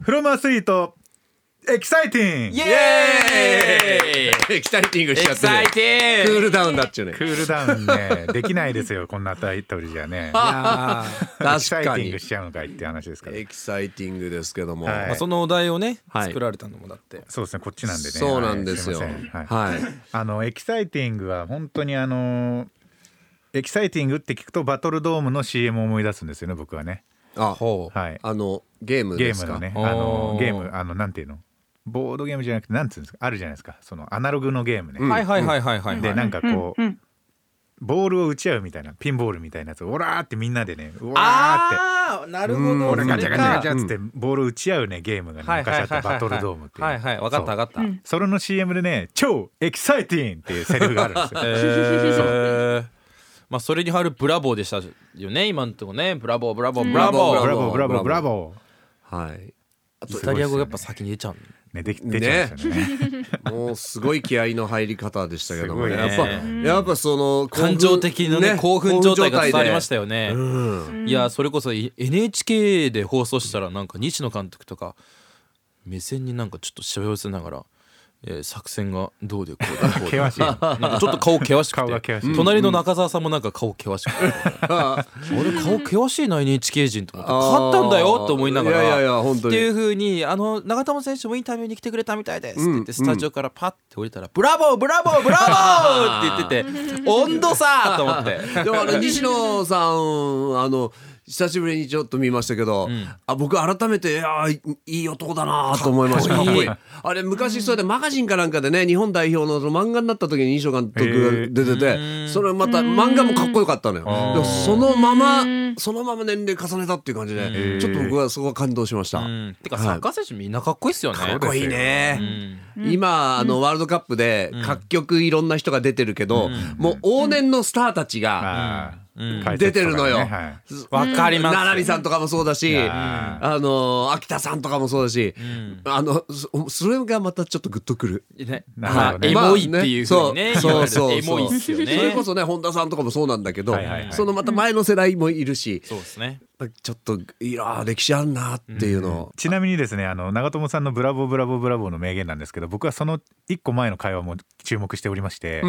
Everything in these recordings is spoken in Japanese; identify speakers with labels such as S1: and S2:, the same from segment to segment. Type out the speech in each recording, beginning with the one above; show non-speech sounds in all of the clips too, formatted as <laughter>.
S1: フロマスイートエキサイティング
S2: イエ
S3: <laughs> エキサイティン
S2: ー
S3: グ
S2: イ
S3: し
S2: エ
S3: ちゃ
S2: キ
S3: って
S2: サイ
S3: る
S2: ティ
S3: クー
S2: ング
S3: ルダウンだっちゅうね
S1: クールダウンねできないですよ <laughs> こんなタイトルじゃね
S3: あ
S1: <laughs> エキ
S3: ー
S1: サイ
S3: 確
S1: テ
S3: か
S1: ィン
S3: に
S1: グしちゃうのかいって話ですから
S3: エキサイティングですけども、
S1: はい
S2: まあそのお題をね
S3: はい
S2: 作られたのもだって
S1: そうですねこっちなんでね
S3: そうなんですよ
S1: はいいませんはい
S3: はい
S1: あのエキサイティングは本当にあのエキサイティングって聞くとバトルドームの CM を思い出すんですよね僕はね
S3: あ
S2: ほう
S1: はい
S3: あのゲーム
S1: ゲ
S3: で
S1: ー
S3: す
S1: ム
S3: か
S1: のねあ
S2: おー
S1: のゲームあのなんていうのボードゲームじゃなくてなんていうんですかあるじゃないですかそのアナログのゲームね、
S3: ん
S2: はいはいはいはいはい
S1: でなん
S2: か
S1: かこう、ボールを打ち合うみたいなピンボールみたいなやつオラーってみんなでねうわーって
S2: ああなるほど
S1: 俺ガ
S2: そ
S1: チ
S2: れ
S1: ャ
S2: か
S1: ガチャガチャっつってボールを打ち合うねゲームがね
S2: はい
S1: 昔
S2: は
S1: あ
S2: いは
S1: っ
S2: いは
S1: た
S2: い
S1: バトルドームっていう
S2: はいはいわかったわかった
S1: そうそれの CM でね「超エキサイティン!」っていうセリフがあるんですよ
S2: えーまあそれに貼るブラボーでしたよね今のとこねブラボーブラボーブラボ
S1: ブ
S2: ー
S1: ラボーブラボーブラボ
S3: はい
S2: イタリア語がやっぱ先に出ちゃうの
S1: ーねでき出ちゃいましたね
S3: もうすごい気合いの入り方でしたけども、ね
S1: <laughs> すごい
S3: や
S1: ね
S3: っぱやっぱその興奮
S2: 感情的なね興奮状態が伝わりました
S3: よ
S2: よねいやそれこそい NHK で放送したらなんか西野監督とか目線になんかちょっとしわ寄せながら、えー作戦がどうでこうでこうで
S1: 険しい
S2: なんかちょっと顔険しくて
S1: 顔が険しい
S2: 隣の中澤さんもなんか顔険しくて、俺顔険しいな NHK 人と思って勝ったんだよと思いながら
S3: いやいやいや本当に
S2: っていうふうにあの長友選手もインタビューに来てくれたみたいですって言って、
S3: うん
S2: スタジオからパッて降りたら「ブラボーブラボーブラボー!」
S3: <laughs>
S2: って言ってて「温度差!」と思って。
S3: でも
S2: <laughs>
S3: あの西野さんあの久しぶりにちょっと見ましたけど、あ僕改めていやいいい男だなと思いました
S2: かっこいい
S3: かっこあれ昔それでマガジンかなんかでね日本代表のその漫画になった時に西野監督が出てて、それまた漫画もかっこよかったのよで
S1: あー
S3: もそのままそのまま年齢重ねたっていう感じでちょっと僕はそこは感動しました、
S2: うん、てか
S3: はい
S2: サッカー選手みんなかっこいいっすよね。
S3: かっこいいね、
S2: うん
S3: 今あのワールドカップで各局いろんな人が出てるけど、もう往年のスターたちが
S1: あー解
S3: 出
S1: 説とかね
S3: てるのよ。
S1: はい
S2: わかります
S3: ななみさんとかもそうだし、
S1: や
S3: あの秋田さんとかもそうだし、あのそそれがまたちょっとグッとくる。
S2: ね、
S1: な
S2: まあ
S1: るほど
S2: エ
S1: ね
S2: モいっていうふうにね、
S3: まあそうそうそう
S2: 言われるエモいっすよね。
S3: それこそね本田さんとかもそうなんだけど、
S1: はいはいはい
S3: そのまた前の世代もいるし、
S2: そうですね。
S3: ちょっといやー歴史あるなっていうのを、
S1: ちなみにですねあの長友さんの「ブラボーブラボーブラボー」の名言なんですけど僕はその一個前の会話も注目しておりまして、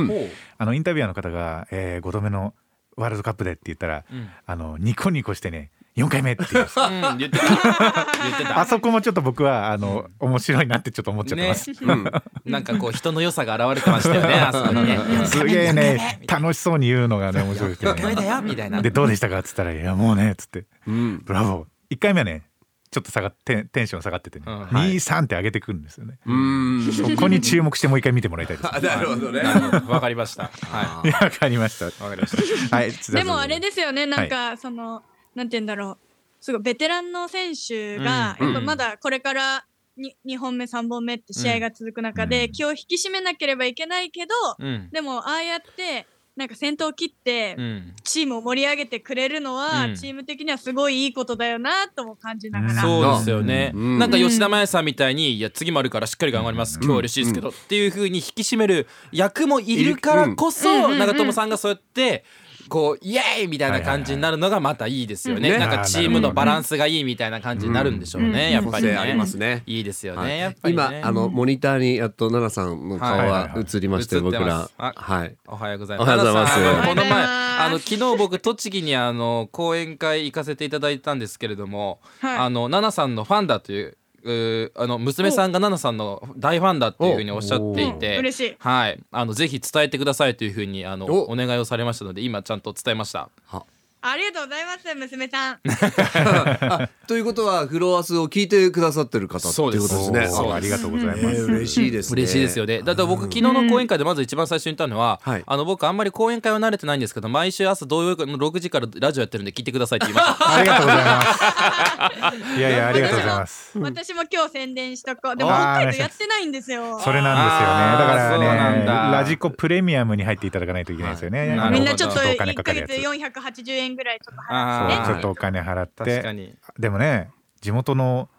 S1: あのインタビュアーの方が、え5度目のワールドカップでって言ったら、あのニコニコしてね4回目っていう
S2: <laughs> うん、言ってた。言って
S1: あ
S2: た。
S1: そこもちょっと僕はあの面白いなってちょっと思っちゃってます。
S3: うん
S2: なんかこう人の良さが現れてましたよ
S3: <laughs>
S2: ね、あそこにね。
S1: すげえね楽しそうに言うのがね面白くて
S2: これだ
S1: ね。
S2: よみたいな。
S1: でどうでしたかっつったら「いやもうね」っつって
S3: うん
S1: 「ブラボー」1回目はねちょっと下がってテンション下がっててね、
S2: うんはい
S1: 23って上げてくるんですよね。
S3: うん
S1: そこに注目してもう一回見てもらいたいです。
S3: あなるほどね。
S2: わかりました。はい
S1: やわかりました。
S2: <laughs> い。わかりました。
S1: はい。じゃ
S4: でもあれですよね、
S1: い
S4: なんか、その、なんて言うんだろう。すごいベテランの選手が、
S2: うん
S4: やっぱまだこれからに2本目、3本目って試合が続く中で、
S1: うん
S4: 気を引き締めなければいけないけど、
S2: うん。
S4: でもああやって、なんか先頭を切って、
S2: うん。
S4: チームを盛り上げてくれるのは、
S2: うん
S4: チーム的にはすごいいいことだよなとも感じながら。
S2: そうですよね、
S3: うん
S2: なんか吉田麻也さんみたいに「いや次もあるからしっかり頑張ります今日は嬉しいですけど」っていうふうに引き締める役もいるからこそ、
S4: うん
S2: 長友さんがそうやってこうイエーイみたいな感じになるのがまたいいですよね、
S3: はいはい
S1: はい
S2: なんかチームのバランスがいいみたいな感じになるんでしょうね、やっぱり、ね、
S3: 個性ありますね
S2: いいですよね、
S3: はい
S2: やっぱり、ね、
S3: 今あのモニターにやっと奈々さんの顔
S2: はい
S1: はい
S3: は
S1: はい
S3: 映りまして、
S2: 映って
S3: 僕ら
S2: ますあ
S3: はい
S2: おはようございます。
S3: おはようございます
S2: あのさ
S4: おは
S2: こ
S4: ようご
S2: の
S4: ざいま
S2: 前、
S4: す
S2: あの昨日僕栃木にあの講演会行かせていただいたんですけれども、
S4: はい
S2: あの奈々さんのファンだという。うーあの娘さんが奈々さんの大ファンだっていうふうにおっしゃっていて
S4: お嬉しい
S2: はい、あのぜひ伝えてくださいというふうにあの
S3: お
S2: お願いをされましたので今ちゃんと伝えました
S4: ありがとうございます、娘さん。
S3: <laughs> あということはフロアスを聞いてくださってる方っていうことですね。
S2: そう
S1: ありがとうございます。
S3: えー嬉しいですね。
S2: 嬉しいですよね。だって僕昨日の講演会でまず一番最初に言ったのは、
S3: はい
S2: あの僕あんまり講演会は慣れてないんですけど毎週朝同様の6時からラジオやってるんで聞いてくださいって言いま
S3: <laughs>
S2: した。
S1: ありがとうございます。いやいやありがとうございます。
S4: 私も今日宣伝しとこう。でも
S1: あー
S4: 北海道やってないんですよ。
S1: それなんですよね。だか
S2: あー
S1: ら
S2: そう
S1: ね
S2: なんだ
S1: ラジコプレミアムに入っていただかないといけないですよね。
S2: はい
S1: あの
S4: みんなちょっと
S1: お
S4: 1
S1: 金か
S4: ヶ
S1: かるや
S4: 月
S1: つ。そう
S4: 480円ぐらいちょっと払っ
S2: あー
S1: ちょっとお金払っ
S2: 確かに
S1: て。でもね地元の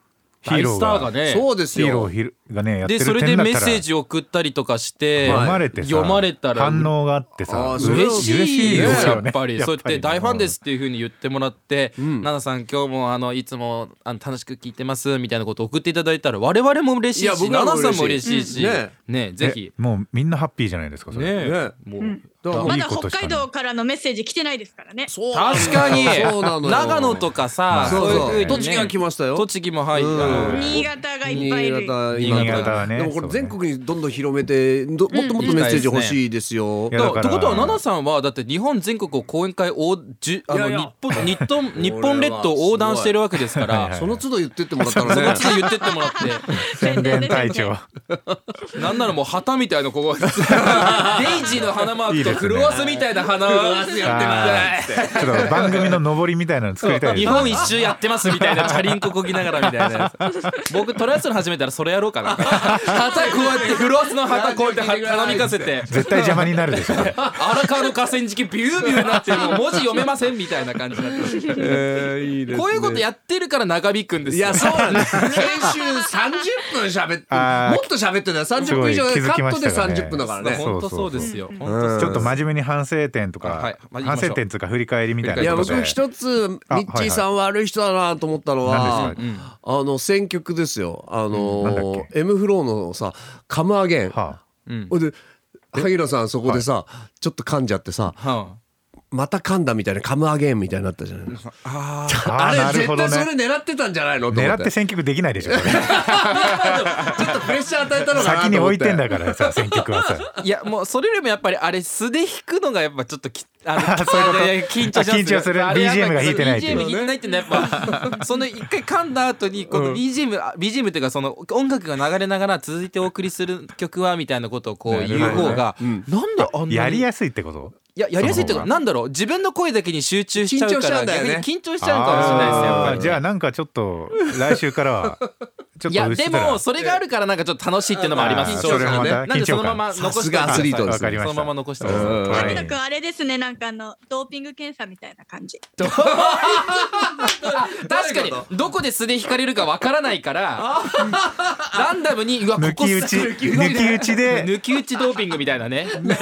S1: ヒー
S2: 大
S1: ロ
S2: ス
S1: ー
S2: ター
S1: が
S2: がね
S3: そうです
S1: ヒーローを
S3: よ。
S1: ひるがねやって
S2: で
S1: る
S2: そ
S1: 点だ
S2: れ
S1: った
S2: で
S1: ら
S2: メッセージ送ったりとかして
S1: 読まれてさ
S2: 読まれたら
S1: 反応があってさ
S3: あーそれ
S2: 嬉しい
S1: 嬉しい
S2: よ
S1: よ
S2: やっ
S1: ね
S2: ぱりそうやって大ファンですっていう風に言ってもらって「
S3: ん
S2: 奈々さん今日もあのいつもあの楽しく聞いてます」みたいなことを送っていただいたら我々も嬉しい
S3: いや
S2: し
S3: 僕ら
S2: 奈
S3: も
S2: 々
S3: 嬉しい
S2: さんも嬉しいし
S3: うん
S2: ね
S3: ね
S2: ぜひ
S1: えもうみんなハッピーじゃないですかそれ
S2: ね
S3: ね
S2: もう
S3: だから
S4: ま
S1: いい
S4: だ
S1: こと
S4: 北
S1: しかな
S4: 海
S1: い
S4: 道からのメッセージ来てないですからね。
S3: そうなのよ
S2: 確かに
S3: そうなのよ
S2: 長野とかさ
S3: そうそう
S2: そういう風にね
S3: 栃木が来ましたよ
S2: 栃木もはいあ
S3: うん
S2: の
S4: 新潟がい
S3: 新
S4: っぱいいる。
S3: 潟
S2: 新潟
S3: 今
S1: はね
S3: でもこ
S1: そ
S3: れ
S1: うね
S3: 全国にどんどん広めてどもっともっとメッセージ欲しいですよ
S1: いやだから
S2: ってことは奈々さんはだって日本全国を講演会をじゅあの
S3: いやいや
S2: 日本日本日本列島を横断してるわけですか
S1: い
S2: ら
S1: や
S3: その都度言ってってもらった
S2: その
S3: らね
S2: 都度言ってってもら <laughs> って
S1: 宣伝隊
S2: <laughs>
S1: 長
S2: なんならもう旗みたいなこ <laughs> こデイジーの花マークとフロアスみたいな花やって
S1: あ
S2: ます
S1: ーちょっと番組の上りみたいなの作りたいです
S2: 日本一周やってますみた <laughs> いなチャリンコこぎながらみたいなやつ僕トライアスロン始めたらそれやろうかな旗こうやってフロアスの旗こうやってはみかせ <laughs> て
S1: 絶対邪魔になるでし
S2: <laughs>
S1: ょ
S2: 荒川の河川敷ビュービューなってもう文字読めませんみたいな感じになってますこういうことやってるから長引くんです
S3: い
S2: よ
S3: やそうな
S2: <laughs>
S3: んです <laughs> 先週30分喋って
S1: あー
S3: もっと喋ってたよ30分以上
S1: すごい気づ
S3: カ
S1: き
S3: ッ
S1: ま
S3: ト
S1: し
S3: で
S1: たよね
S3: 30分だから
S1: そう
S3: ね
S2: 本当そうですよ本当
S3: うん
S1: ちょっと真面目に反省点と
S2: は
S1: か
S2: いまあ行きま
S1: 反
S2: しょう
S1: 省点とか振り返りみたいない
S3: や
S1: こと
S3: 僕
S1: で
S3: 一つミ
S1: あ
S3: ッチーさん悪い人だなと思ったの
S1: 何
S3: は
S1: ですか
S3: あの選曲ですよあ
S1: うんなんだ
S3: の
S1: っ
S3: M フローのさ「カムアゲン」
S1: は
S3: ほんで萩野さんそこでさちょっと噛んじゃってさ
S2: は
S3: また噛んだみたいなカムアゲンみたいになったじゃない
S2: あ
S1: ああ
S3: あ
S1: ーなる
S3: れ絶
S1: ほど
S3: 対そ
S1: ね
S3: れ狙ってたんじゃないのと思
S1: 狙
S3: っ
S1: って
S3: て
S1: 選曲できないでしょこれ
S2: <laughs>
S3: ちょっとプレッシャー与えたのかな
S1: 先に
S3: と思
S1: 置
S3: っ
S1: いて
S3: て
S1: んだから
S2: <laughs>
S1: さ選曲はさ
S2: いやもうそれよりもやっぱりあれ素で弾くのがやっぱちょっ
S1: <laughs>
S2: ときあの
S1: そういうこと
S2: やや緊張します
S1: あ緊張する
S2: あれやっぱ
S1: BGM が弾いてないっていう
S2: BGM 弾いてないっていうのはやっぱその一回噛んだ後にこの BGM、あ BGM っていうかその音楽が流れながら続いてお送りする曲はみたいなことをこう言う方が
S3: うん
S2: なんであんなに
S1: やりやすいってこと
S2: いややりやすいっていう
S1: その方
S2: か
S1: が
S2: なんだろう自分の声だけに集中しちゃう
S3: 緊張しち
S2: か
S3: ゃ
S2: ら
S3: うんだよ
S2: 逆
S3: ね
S2: に緊張しちゃうかもしれないですねやっぱ
S1: あー
S2: り。
S1: じゃあなんかちょっと来週からはちょっ
S2: い
S1: と
S2: や
S1: う
S2: で
S1: ちたら
S2: もそれがあるからなんかちょっと楽しいっていうのもあります
S1: あー
S2: 正
S1: それも
S2: 直
S1: ま
S2: ね
S1: た
S2: なんでそのまま
S1: 緊
S2: 残
S3: さ
S2: し
S3: す
S2: ておいてくだ
S3: がア
S2: さ
S3: ス
S2: い
S3: リートで
S1: わ
S3: す
S1: かりま
S3: ね
S2: そ
S1: した
S2: のまま残してください
S3: うん
S1: はい
S4: 萩野くんあれですねなんかあのドーピング検査みたいな感じ。
S2: 確かにどこで素で引かれるかわからないからランダムにうわこ
S1: 抜
S2: こ
S1: き打ち抜き打ちで
S2: 抜き打ちドーピングみたいなね
S3: 面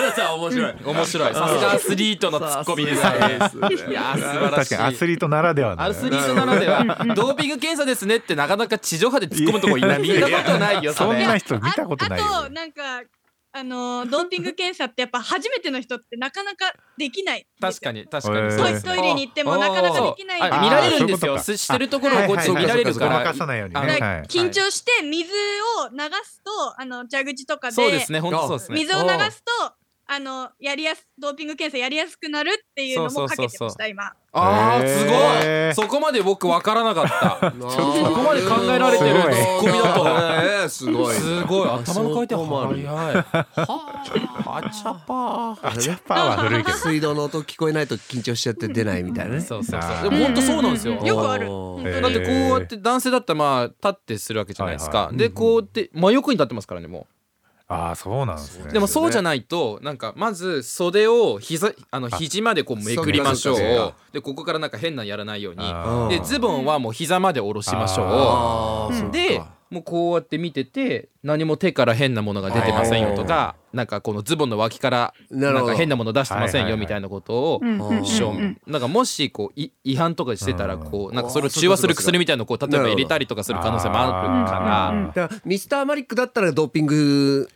S3: 白い
S2: 面白いさすがアスリートのツッコミですねいやー素晴ら
S1: 確
S2: し
S1: か
S2: い
S1: にアスリートならではの
S2: アスリートならではドーピング検査ですねってなかなか地上波で突っ込むとこいない見たことないよ
S1: そん
S2: れ
S1: な人見たことないよ
S4: ああとなんかあのドーピング検査ってやっぱ初めての人ってなかなかできない。
S2: 確か
S4: に。
S2: に確かに
S1: へー
S2: そうです
S4: トイレに行ってもなかなかできない
S2: そうあ見られるんです
S1: あーそういうこと
S2: よ
S1: か
S2: すしてるところをこっ
S1: はい
S2: ち
S1: はい
S2: 見られるか
S1: ごま
S2: ら
S1: かさないようにね
S2: あの
S1: はい
S4: 緊張して水を流すとあの蛇口とかで
S2: そうですね本当そうですね
S4: 水を流すとあのやりやすドーピング検査やりやすくなるっていうのもかけてました
S2: そうそうそうそ
S4: 今。
S2: あーすごい、
S1: へー
S2: そこまで僕分からなかった
S3: そ
S2: そこまで考えられてる
S1: す
S2: ツ
S1: ごい
S2: ッコミだと
S3: だとすごい
S2: すごい頭の回転
S3: 相当回
S2: 早い
S3: る
S2: はあチャパー
S1: あジャパーは古いけど
S3: 水道の音聞こえないと緊張しちゃって出ないみたいな
S2: <laughs>
S3: ね
S2: そうそう
S1: あ
S2: そ
S1: ー
S2: うでも本当そうなんですよ、
S4: うんよくある。
S3: おー
S4: 本当
S2: だっ
S4: に
S2: てこうやって男性だったらまあ立ってするわけじゃないですか、
S1: はいはい
S2: でこうやって真横に立ってますからねも
S1: ああそうなんですね
S2: うでもそうじゃないとなんかまず袖を膝あの肘までこうめくりましょう
S3: そうかそうか
S2: でここからなんか変なのやらないように
S1: あ
S2: でズボンはもう膝まで下ろしましょ
S3: あーそうう
S2: で
S3: か
S2: もうこうやって見てて何も手から変なものが出てませんよとかなんかこのズボンの脇から
S3: なる
S2: な
S3: ほ
S2: ん
S3: ど
S2: か変なもの出してません
S1: はいはいは
S2: よ
S1: い
S2: みたいなことを
S4: うんうんうん
S2: 証明なんかもしこうい違反とかしてたらこうなんかそれを中和する薬みたいなのをこう例えば入れたりとかする可能性もあるから
S3: だからミスターマリックだったらドーピング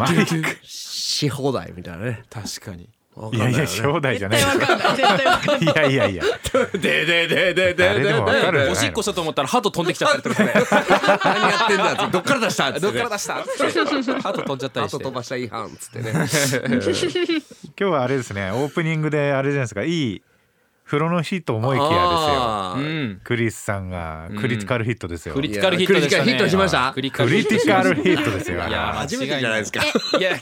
S1: マリック
S3: し放題みたいなね
S2: 確かに
S3: わか
S1: い
S3: んな
S1: やいや
S3: よね
S1: 兄弟じゃ
S4: 絶
S1: ない
S4: 対わかんない絶対わかんない。
S1: いやいやいや
S3: ででででで
S1: 誰でもわかるんじゃないの
S2: おしっこしたと思ったら鳩飛んできちゃった
S3: <laughs>
S2: りとかね
S3: 何やってんだってどっから出したっつって
S2: どっ
S3: ね
S2: から出したっつって鳩飛んじゃったり
S3: あ
S2: し
S3: と
S2: て
S3: 飛ばした違反っつって
S1: 今日
S3: ね
S1: はあれですねオープニングであれじゃないですかいい風呂の日と思いきやですよ
S3: あ
S2: う
S3: ー
S2: ん
S1: クリスさんがクリティカルヒットですよ、
S2: クリ
S1: ク
S2: ティカルヒットでしたね
S3: いやクリティカルヒットしました
S2: クリティカルヒ
S1: リ
S2: ット
S1: ティカルヒットですよ
S2: いや
S1: あ
S2: ー
S1: れ
S3: 初めてじゃないですか
S2: いや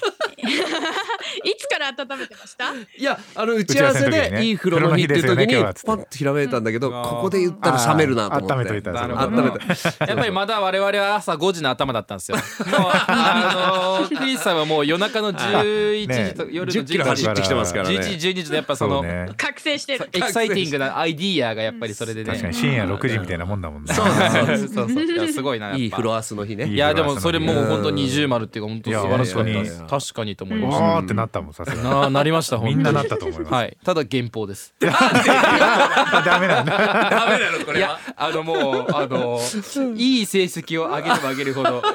S4: いつから温めてました？
S3: いやあの打ち合わせ
S1: 打ち合わせの時に
S3: で
S1: ね
S3: いい風呂の日っていう時
S1: 風呂の日ですよね
S3: に
S1: 今日はっつって
S3: パッとひらめいたんだけどここで言ったら冷めるなと思って
S1: あー温めといた
S2: なる
S3: あ
S2: ほ
S3: 温
S2: ど
S3: めた
S2: やっぱりまだ我々は朝5時の頭だったんです <laughs> よ。もうあのークリスさんはもう夜中の11時と
S1: ね
S2: 夜の
S3: 10キロ走ってきてますからね
S2: 11時12時でやっぱそ
S1: そ
S2: の
S1: うね
S4: 覚醒して
S2: そう
S4: る
S2: エキサイティングなアイディアがやっぱりそれでね
S1: 確かに深夜6時みたいなもんだもんね。
S2: そうそうそうそうそういやすごいなやっぱ
S3: いいフロアスの日ね
S2: い
S1: い
S2: やでもそれもう本当二重丸っていうか本当素晴らしかっ
S1: い
S2: た
S1: や
S2: で
S1: いやい
S2: す
S3: や
S2: 確かにと思いまし
S1: わーってなったもんさす
S2: た
S1: がに。
S2: ななりました本当
S1: み
S2: に
S1: んななったと思います。
S2: はいただ原稿です
S1: ダメなんだ。
S3: ダメなのこ
S2: いやあのもうあのいい成績を上げれば上げるほ <laughs> どカ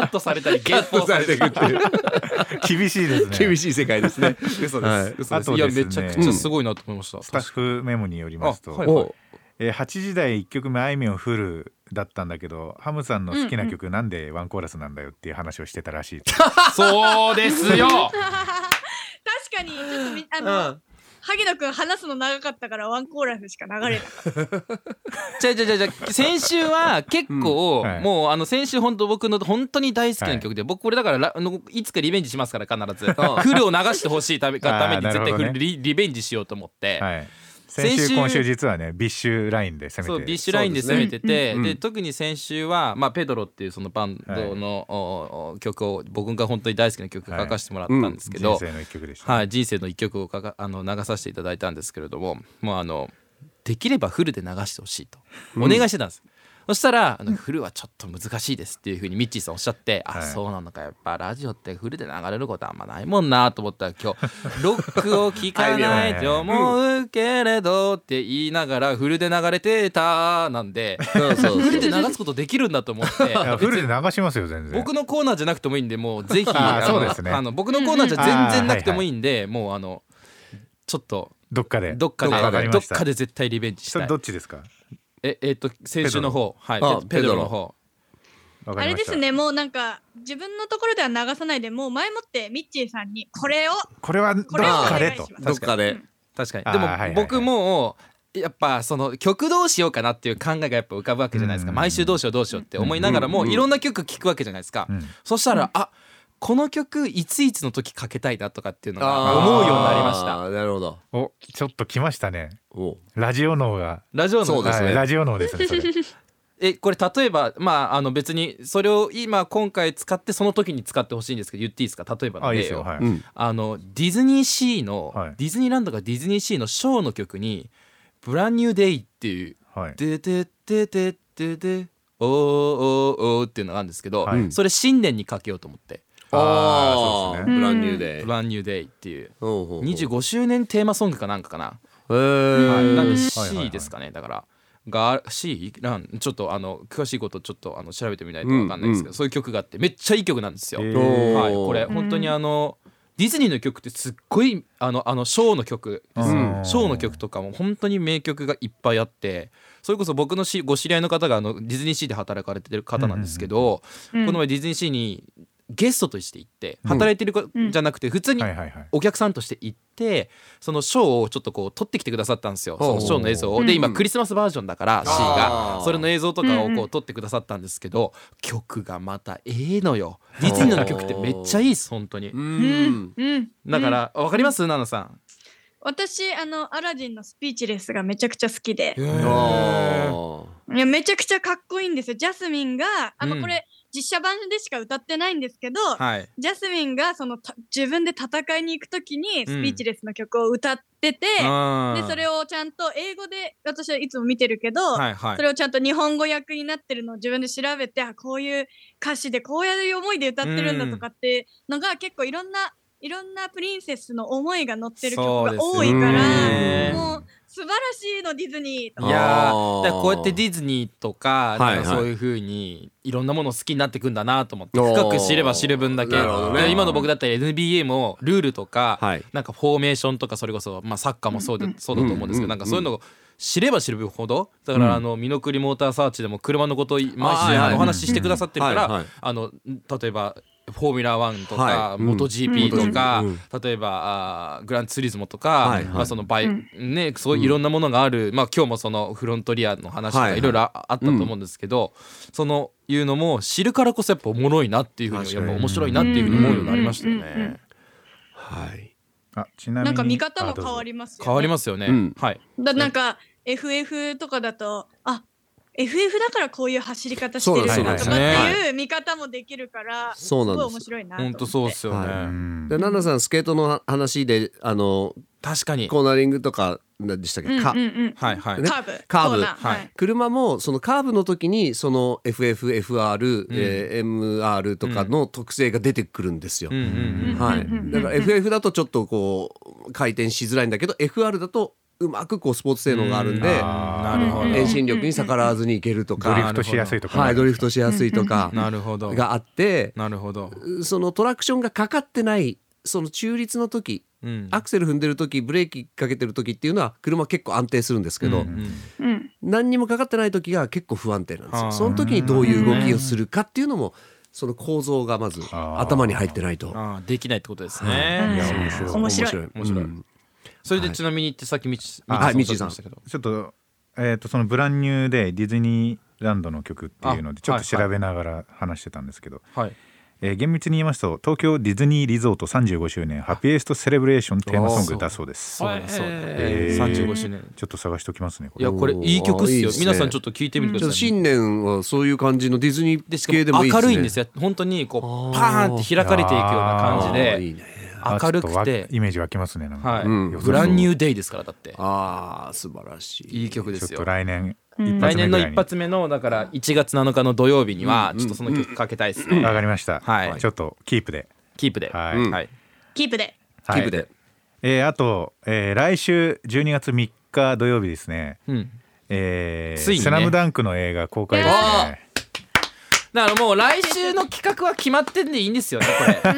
S2: ットされたり減稿されたり
S3: くっていう
S1: 厳しいですね。
S3: 厳しい世界ですね
S2: 嘘
S3: はい
S2: 嘘
S1: あとですね
S2: いやめちゃくちゃすごいなと思いました、
S1: スタッフメモによりますと、
S2: あはい
S3: おう
S1: えー8時台1曲目「あいみょんフル」だったんだけどハムさんの好きな曲なんでワンコーラスなんだよっていう話をしてたらしいと、
S2: そうですよ
S4: <laughs> 確かにちょっとみあの、萩野くん話すの長かったからワンコーラスしか流れない
S2: じゃじゃじゃじゃ先週は結構、
S1: うんはい
S2: もうあの先週本当僕の本当に大好きな曲で、僕これだからラあのいつかリベンジしますか
S1: <laughs>
S2: ら必ずフルを流してほしいためがために
S1: あーな
S2: 絶
S1: るほど
S2: 対
S1: ね
S2: フルリ,、リベンジしようと思って、
S1: はい、
S2: 先
S1: 先
S2: 週
S1: 週今週実はねビッシュラインで攻めて
S2: そうビッシュラインで攻めててで,、
S3: うんうん
S2: 特に先週は、まあ、ペドロっていうそのバンドの、おお曲を僕が本当に大好きな曲書かせてもらったんですけど、
S1: 人生の一曲で
S2: <laughs>
S1: した、
S2: はい、人生の一曲をかかあの流させていただいたんですけれどももうあのできればフルで流してほしいとお願いしてたんです、そしたらあの「フルはちょっと難しいです」っていうふうにミッチーさんおっしゃって、あ
S1: はい
S2: そうなのかやっぱラジオってフルで流れることあんまないもんなと思ったら今日「ロックを聴かないと思うけれど」って言いながら「フルで流れてた」なんで
S3: そうそうそう
S2: フルで流すことできるんだと思って
S1: いやフルで流しますよ全然
S2: 僕のコーナーじゃなくてもいいんでもうぜ
S1: <laughs>
S2: ひ
S1: あー
S2: あの
S1: そうですね
S2: あの僕のコーナーじゃ全然なくてもいいんで、もうあのちょっと
S1: どっかで
S2: どっかで
S1: わ
S2: ど
S1: かりま
S2: っ
S1: した
S2: かで絶対リベンジし
S1: そ
S2: た
S1: れ
S2: い
S1: どっちですか
S2: ええっと先週の方はい
S3: あ
S2: ペドロの方
S1: わか
S4: あ
S1: り
S4: れ
S1: ま
S4: で
S1: した
S4: すねもうなんか自分のところでは流さないでもう前もってミッチーさんにこれを
S1: これはどっ
S4: これをお
S1: か
S4: 願
S1: で
S4: いし
S1: と
S4: ます
S3: どっかで
S2: 確
S1: あ
S2: か
S1: ー
S2: にで
S1: はいはいは
S2: も
S1: い
S2: 僕もやっぱその曲どうしようかなっていう考えがやっぱ浮かぶわけじゃないですか
S1: うん
S2: 毎週どうしようどうしようって思いながらもいろんな曲聴くわけじゃないですか、
S1: うん
S2: そしたらあこの曲いついつの時かけたいなとかっていうのが
S3: あー
S2: 思うようになりました
S3: なるほど
S1: おちょっと来ましたね
S3: おう
S1: ラジオ脳が
S2: ラジオの
S3: そうですね
S1: はいラジオ脳ですねそれ
S2: えこれ例えばまああの別にそれを今今回使ってその時に使ってほしいんですけど言っていいですか例えばの
S1: あいい
S2: 例
S1: ですよはい、
S3: うん
S2: あのディズニーシーの、
S1: はい
S2: ディズニーランドがディズニーシーのショーの曲に「ブランニューデイっていう
S1: はい
S2: 「ででででででおーおーおーっていうのがあるんですけど、
S1: はい
S2: それ新年にかけようと思って
S1: あーそうですね
S3: ブランニュ
S2: 「
S3: ーで
S2: ブランニューデイっていう
S3: ほうほうほう
S2: 25周年テーマソングかなんかかな
S3: へー
S2: はいなん
S1: はいは
S2: で
S1: い
S2: C ですかねだからが C ランちょっとあの詳しいことちょっとあの調べてみないと分かんないんですけど、
S3: うんうん
S2: そういう曲があってめっちゃいい曲なんですよ。
S1: えー
S2: はい、
S3: おー
S2: これ本当にあのディズニーの曲ってすっごいあのあのショーの曲です
S1: う
S2: シ
S1: ん
S2: ョーの曲とかも本当に名曲がいっぱいあってそれこそ僕のしご知り合いの方があのディズニーシーで働かれてる方なんですけど、
S4: うん
S2: この前ディズニーシーにゲストとして行って働いてるか、
S4: うん
S2: じゃなくて普通に
S1: はいはいはい
S2: お客さんとして行ってそのショーをちょっとこう撮ってきてくださったんですよ
S3: ほう
S2: そのショーの映像を
S4: うん
S2: で今クリスマスバージョンだから
S3: ん
S2: C
S3: あ
S2: が
S3: ー
S2: それの映像とかを
S4: うんう
S2: こうん撮ってくださったんですけど曲がまたええのよディズニーの曲ってめっちゃいいです本当に
S3: う
S4: うんんうん
S2: だからわかりますナナさん
S4: 私あのアラジンのスピーチレスがめちゃくちゃ好きで
S3: あ
S4: いやめちゃくちゃかっこいいんですよジャスミンがあの、
S2: うん
S4: これ実写版でしか歌ってないんですけど、
S2: はい
S4: ジャスミンがそのた自分で戦いに行くとき
S2: う
S4: に
S2: ん
S4: スピーチレスの曲を歌ってて、で
S2: で
S4: それをちゃんと英語で私はいつも見てるけど、
S2: はいはい
S4: それをちゃんと日本語訳になってるのを自分で調べてあこういう歌詞でこういう思いで歌ってるんだとかってのが結構いろんないろんなプリンセスの思いが乗ってる曲が多いか
S2: そうです
S4: ら
S2: ね
S4: もう素晴らしいのディズニーと
S2: いや
S3: あー
S2: ーだからこうやってディズニーとか
S3: はいはい
S2: なんかそういうふうにいろんなものを好きになってくんだなと思って
S3: おー
S2: 深く知れば知る分だけ
S3: なるほどね
S2: だから今の僕だったら NBA もルールとか、
S3: はい
S2: なんかフォーメーションとかそれこそ、まあ、サッカーもそうでそうだと思うんですけど、
S3: うん
S2: なんかそういうのを知れば知るほどだからあのミノクリモーターサーチでも車のことを毎
S3: はい
S2: 週
S3: はい
S2: あのお話ししてくださってるか
S3: はいは
S2: ら
S3: い
S2: あの例えばフォーミュラー1と
S3: は
S2: か、
S3: い
S2: モト GP とか、
S3: うん
S2: 例えばあーグランツーリズムとか、
S3: はいはい
S2: まあ、そのバイ、
S4: うん
S2: ねそういろんなものがある、まあ、今日もそのフロントリアの話と
S3: はいは
S2: か
S3: い
S2: いろいろああったと思うんですけど、そのいうのも知るからこそやっぱおもろいなっていうふうに
S3: 確
S2: や
S3: か
S2: っ
S3: に
S2: ぱ面白いなっていうふうに思うようになりましたよ
S4: うんうんうん
S2: ね。
S3: はい
S1: あちなみに
S4: なんか見方も変わ
S1: り
S4: りますよ、ね、
S2: 変わりますよね。
S3: うん
S2: はい。
S4: だなんか FF とかだとあ FF だからこういう走り方してる
S3: そう
S1: なん
S4: な
S1: で
S4: と
S1: す
S4: かっ
S1: よ
S4: て
S1: ね
S4: いう見方もできるからす
S3: そう
S4: ご
S3: な
S4: い
S3: んで
S4: 面
S3: す。
S4: 白いなと思
S2: 本
S4: って
S2: 当そうっすよね、
S1: う
S3: は
S1: ん
S3: で奈々さんスケートの話であの
S2: 確かに
S3: コーナリングとかでしたっけ、か
S4: うんうんうん
S2: はいはい、
S3: ね
S4: カーブ
S3: カーブ
S4: コナ
S2: はい
S4: はい
S3: 車もそのカーブの時にその FFFR、えー MR とかの特性が出てくるんですよ。
S2: うんうん
S3: は
S4: うんうんうん
S3: い、だから FF だとちょっとこう回転しづらいんだけど FR だとうまくこうスポーツ性能があるんで
S2: あーなるほど、
S4: うん
S3: 遠心力に逆らわずにいけると
S1: ドリ
S3: か
S1: フトしやすいとかね、
S3: はいドリフトしやすいとか
S2: なるほど
S3: があって
S2: なるほど、
S3: そのトラクションがかかってないその中立の時
S2: うん
S3: アクセル踏んでる時ブレーキかけてる時っていうのは車結構安定するんですけど
S2: うん
S4: うん
S3: 何にもかかってない時が結構不安定なんです
S2: あー
S3: よ。その時にどういう動きをするかっていうのもその構造がまず頭に入ってないと。
S2: ああできないってことです
S1: い
S2: ね
S1: や面白い
S4: 面白い
S2: 面白い
S3: うん
S2: それで
S3: はい
S2: ちなみにってさっきみち
S3: あはい
S2: おっしゃってましたけど
S1: ちょっと,、えー、とその「ブランニュー」でディズニーランドの曲っていうので
S2: あ
S1: ちょっと
S2: は
S1: 調
S2: い
S1: べながら話してたんですけど、
S2: はい
S1: えー厳密に言いますと東京ディズニーリゾート35周年ハッピーエストセレブレーションテーマソングだそうです
S2: そうだそうだ
S1: えー
S2: 35周年
S1: ちょっと探しておきますねこ
S2: い
S1: れ
S2: やこれいい曲っす
S3: いい
S2: よ
S3: っすね
S2: 皆さんちょっと聞いてみて
S3: ち
S2: く
S3: ょ
S2: だ
S3: っと
S2: さい
S3: 新年はそういう感じのディズニ
S2: でし
S3: ー系で
S2: かも
S3: もいいですね
S2: 明るいんですよ本当にこうパーンって開かれていくような感じ
S3: あーい
S2: で
S3: いね
S1: あ
S2: 明る
S1: ちょ
S2: く
S1: っとわ
S2: て
S1: イメージ湧きますねなんか、
S2: はい
S3: ん
S1: 良さそう
S2: ブランニューデイですからだって
S3: ああ素晴らし
S2: い
S3: い
S2: い曲で
S1: ち
S2: す
S1: ょっと
S2: よ
S1: 来年
S4: ん
S1: 一
S2: 来
S1: 発目ぐ
S2: 年の
S1: らい
S2: 一
S1: に
S2: 発目のだから1月7日の土曜日にはちょっとその曲かけたいです
S1: わ
S2: ね
S1: かりました、
S2: はい
S1: ちょっとキープで
S2: キープで
S1: はい、
S3: うん
S2: はい
S4: キープで
S1: はい
S3: キープで
S1: えーあと、えー来週12月3日土曜日ですね
S2: うん
S1: えー
S2: ついにね
S1: スラムダンクの映画公開ですね。
S2: だからもう来週の企画は決まってんでいいんですよねこれ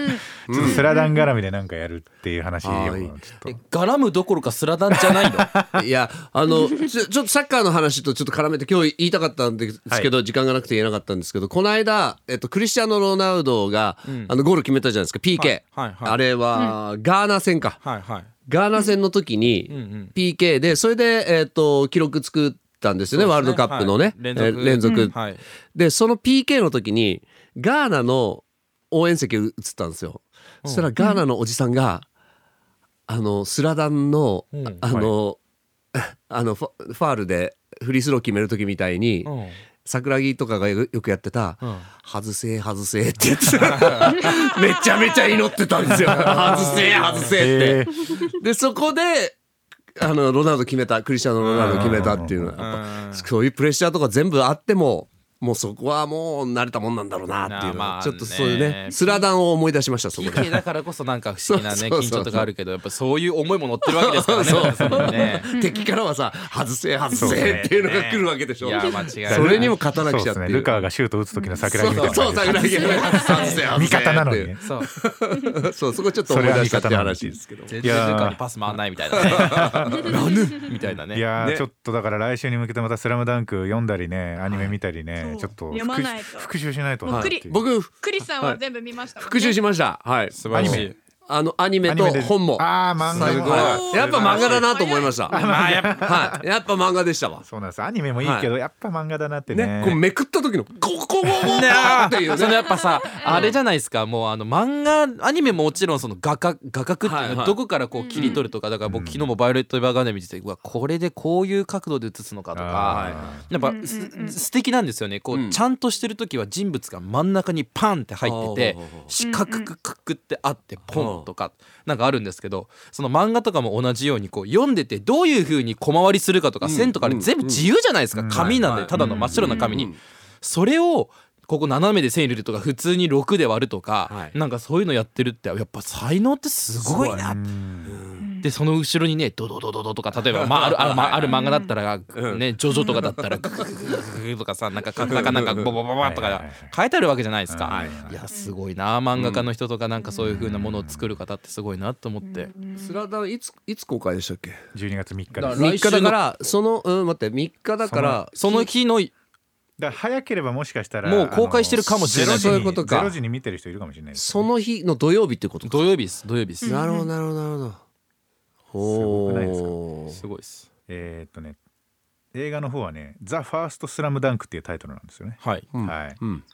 S1: ちょっとスラダン絡みでなんかやるっていう話を
S3: はい
S1: ちょっと。
S2: 絡むどころかスラダンじゃないの
S3: いやあのちょ <laughs> ちょっとサッカーの話とちょっと絡めて今日言いたかったんですけど、時間がなくて言えなかったんですけどこの間、えっと、クリスチャーノ・ロナウドが、あのゴール決めたじゃないですか PK、
S2: はいはい
S3: あれは、ガーナ戦か
S2: <laughs> はいはい
S3: ガーナ戦の時に PK でそれで、えっと、記録作ったんですよねワールドカップのね、
S2: はい連
S3: え
S2: 続
S3: ー連続、
S2: はい
S3: でその PK の時にガーナの応援席映ったんですよ、そしたらガーナのおじさんが、あのスラダンの、
S2: うん
S3: あの、 <laughs> あのファファールでフリースロー決める時みたいに、
S2: うん
S3: 桜木とかがよくやってた
S2: うん
S3: 「外せ外せ」って言ってた <laughs> めちゃめちゃ祈ってたんですよ「外せ外せ」って。
S1: えー
S3: でそこであのロナウド決めたクリスチャーノ・ロナウド決めたっていうのはやっぱそういうプレッシャーとか全部あってももうそこはもう慣れたもんなんだろうなってい
S2: なあ
S3: うの
S2: ま
S3: は
S2: あ
S3: ちょっとそういうね
S2: ね
S3: スラダンを思い出しましたそこで
S2: PK だからこそなんか不思議な
S3: そ
S2: ね
S3: うそう
S2: 緊
S3: そう
S2: 張とかあるけどやっぱそういう思いも乗ってるわけですからね
S3: そう
S2: そこにね
S3: <laughs> 敵からはさ「外せ外
S1: そう
S3: せ」
S1: ね
S3: っていうのが来るわけでし
S2: い
S3: ょ
S2: や間違いない
S3: <laughs> それにも勝
S1: そ
S3: たな
S1: う
S3: く
S1: で
S3: ちゃ
S1: す
S3: って
S1: ね。
S3: い
S1: ル
S3: う
S1: カがシュート打つ時の桜木みたい
S3: そう
S1: な
S3: そう
S1: 感じ
S3: 桜木が外せ外
S1: <laughs>
S3: せ
S1: 味方なのに
S3: ってい
S1: ね
S3: う。
S2: そう
S3: <laughs> そうそこちょっと思い出したっていう話ですけど
S2: 全
S1: いや
S2: 然
S1: ー
S2: ルカにパス回んないみたいなねラヌみたいなね
S1: いやー
S2: ね
S1: ちょっとだから来週に向けてまた「スラムダンク読んだりねアニメ見たりね、
S4: そう
S1: ちょっと
S4: 読まないと
S1: 復習しないとな
S4: もう
S1: って
S4: クリ
S1: いう
S3: 僕
S4: クリスさんは全部見ましたもんね
S3: 復習しましたはい
S2: 素晴らし
S1: アニ
S2: い
S3: あのアニメと本も
S1: ああ漫画
S3: 最
S1: も
S3: 後
S1: あー
S4: い
S3: やっぱ漫画だなと思いました
S2: まあやっぱ
S3: はい、やっぱ漫画でしたわ。
S1: そうなんですアニメもいいけど、やっぱ漫画だなってね
S3: ね、こうめくった時のこここここ
S2: ねあ
S3: っていう
S2: その
S3: ね。
S2: やっぱさあれじゃないですかもうあの漫画アニメももちろんその画角画角っていうの
S3: はいは
S2: はいどこからこう切り取るとかだから僕昨日も「バイオレット・エヴァーガーデン」見ててうわこれでこういう角度で映すのかとか
S1: あ
S2: やっぱす素敵なんですよねこうちゃんとしてる時は人物が真ん中にパンって入ってて
S3: あー
S2: 四角くくくってあってポンとかなんかあるんですけどその漫画とかも同じようにこう読んでてどういう風に小回りするかとか線とかあれ全部自由じゃないですか紙なんでただの真っ白な紙に。それをここ斜めで線入れるとか普通に6で割るとか、
S3: はい
S2: なんかそういうのやってるってやっぱ才能ってすごい
S1: ー
S2: なっ
S1: う
S2: て
S1: ん
S2: でその後ろにねドドドドドとか例えば、まあ、あるあるまある漫画だったら、ね、ジョジョとかだったらググググググとかさなんかカタカナがボボボボ
S1: は
S2: と
S1: いはい
S2: か
S1: はい
S2: 書いてあるわけじゃないですか、
S1: はいいはい
S2: やすごいな漫画家の人とかなんかそういう風なものを作る方ってすごいなと思って、
S3: スラダンいついつ公開でしたっけ？
S1: 12月3日です
S2: だ
S1: だか
S2: から来週
S3: 三日
S2: の
S3: だからそのうん待って三日だから
S2: その日の
S1: ら早ければもしかしたら
S2: もう公開してるかもしれない
S1: あの
S3: そういうことか
S1: 0時に見てる人いるかもしれないです
S3: その日の土曜日ってことか。
S2: 土曜日です土曜日です、
S3: なるほどなるほどなるほど。
S1: ごくないですか
S3: ほ
S2: すごいです
S1: えーっとね映画の方はね「ザ・ファースト・スラムダンクっていうタイトルなんですよね、
S2: はい
S3: うん
S1: はい、
S3: う。うん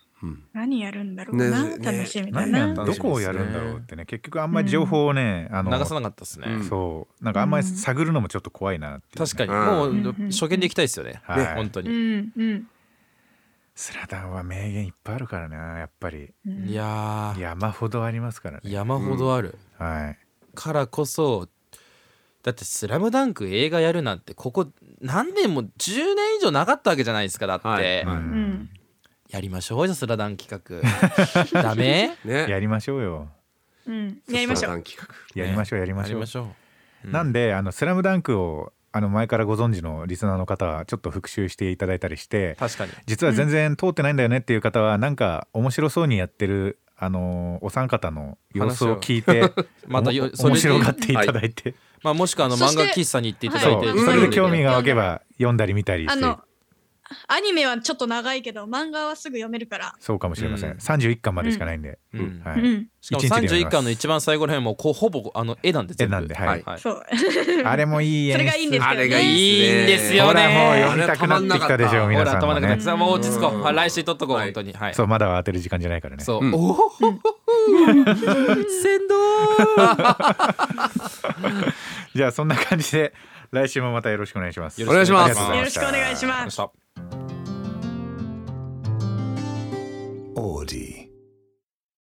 S4: 何やるんだろうな、
S3: ね
S4: 楽しみだ
S1: 何
S4: な、
S1: やったどこをやるんだろうってね結局あんまり情報をね、あの
S2: 流さなかったですね、
S3: うん
S1: そうなんかあんまり探るのもちょっと怖いなっていうね、
S2: 確かに、
S3: うん
S2: もう初見で行きたいですよね、
S1: はい
S2: 本当
S4: う
S2: に、
S4: んうん
S1: スラダンは名言いっぱいあるからなやっぱり
S4: うん
S2: いやー
S1: 山ほどありますからね
S2: 山ほどある、
S1: はい
S2: からこそだって「スラムダンク映画やるなんてここ何年も10年以上なかったわけじゃないですかだって、
S3: はい
S1: うん
S4: うん
S2: やりましょうじゃあ「スラダン」企
S1: <laughs>
S2: 画ダメ
S3: ね
S1: やりましょうよ
S4: うんやりましょう
S3: 短期企
S1: やりましょうやりま
S2: や
S1: し
S2: り
S1: ょう
S2: ましょう
S1: なんで「あのスラムダンクをあの前からご存知のリスナーの方はちょっと復習していただいたりして
S2: 確かに
S1: 実は全然通ってないんだよねっていう方はなんか面白そうにやってるあのお三方の様子を聞いて
S2: <laughs> またよ
S1: おも
S2: それ
S1: 面
S2: で
S1: 白がっていただいて、
S2: まあもしくはあの
S4: そ
S2: 漫
S4: して
S2: 画喫茶に行っていただ
S1: そ
S2: いうて
S4: は
S1: それで興味
S2: が
S1: が湧けば読んだり見たり
S4: あ
S1: して
S4: のアニメはちょっと長いけど漫画はすぐ読めるから、
S1: そうかもしれません、
S2: うん
S1: 31巻までしかないんで、
S2: うん
S1: は
S4: う
S1: い、
S4: ん
S2: しかも
S1: 一日で見れ
S2: 31
S1: ます
S2: 巻の一番最後ら辺もこうほぼあの絵なんで
S1: 絵
S2: 全部
S1: なんで、
S2: は
S1: はい
S2: い、はい
S4: <laughs> そう
S1: あれもいい演出
S4: それがいいんですけどね
S3: あれがいいっすね
S2: いいんですよ
S1: ほらもう
S2: ね
S1: 読みたくなってきたでしょう
S3: あ
S2: ほら
S1: 皆さん
S2: 頭
S1: も
S2: の中
S1: ね
S2: でさあもう落ち着こう、
S4: うん
S2: はい来週撮っとこう、
S3: はい
S2: 本当にはい
S1: そうまだ当てる時間じゃないからね
S2: そう、
S3: うん
S2: おお <laughs> 先導
S1: じゃあそんな感じで来週もまたよろしくお願いします
S2: よ
S3: ろしくお願いします
S1: ありがとうござ
S4: よろしくお願いしますす
S2: よっしゃ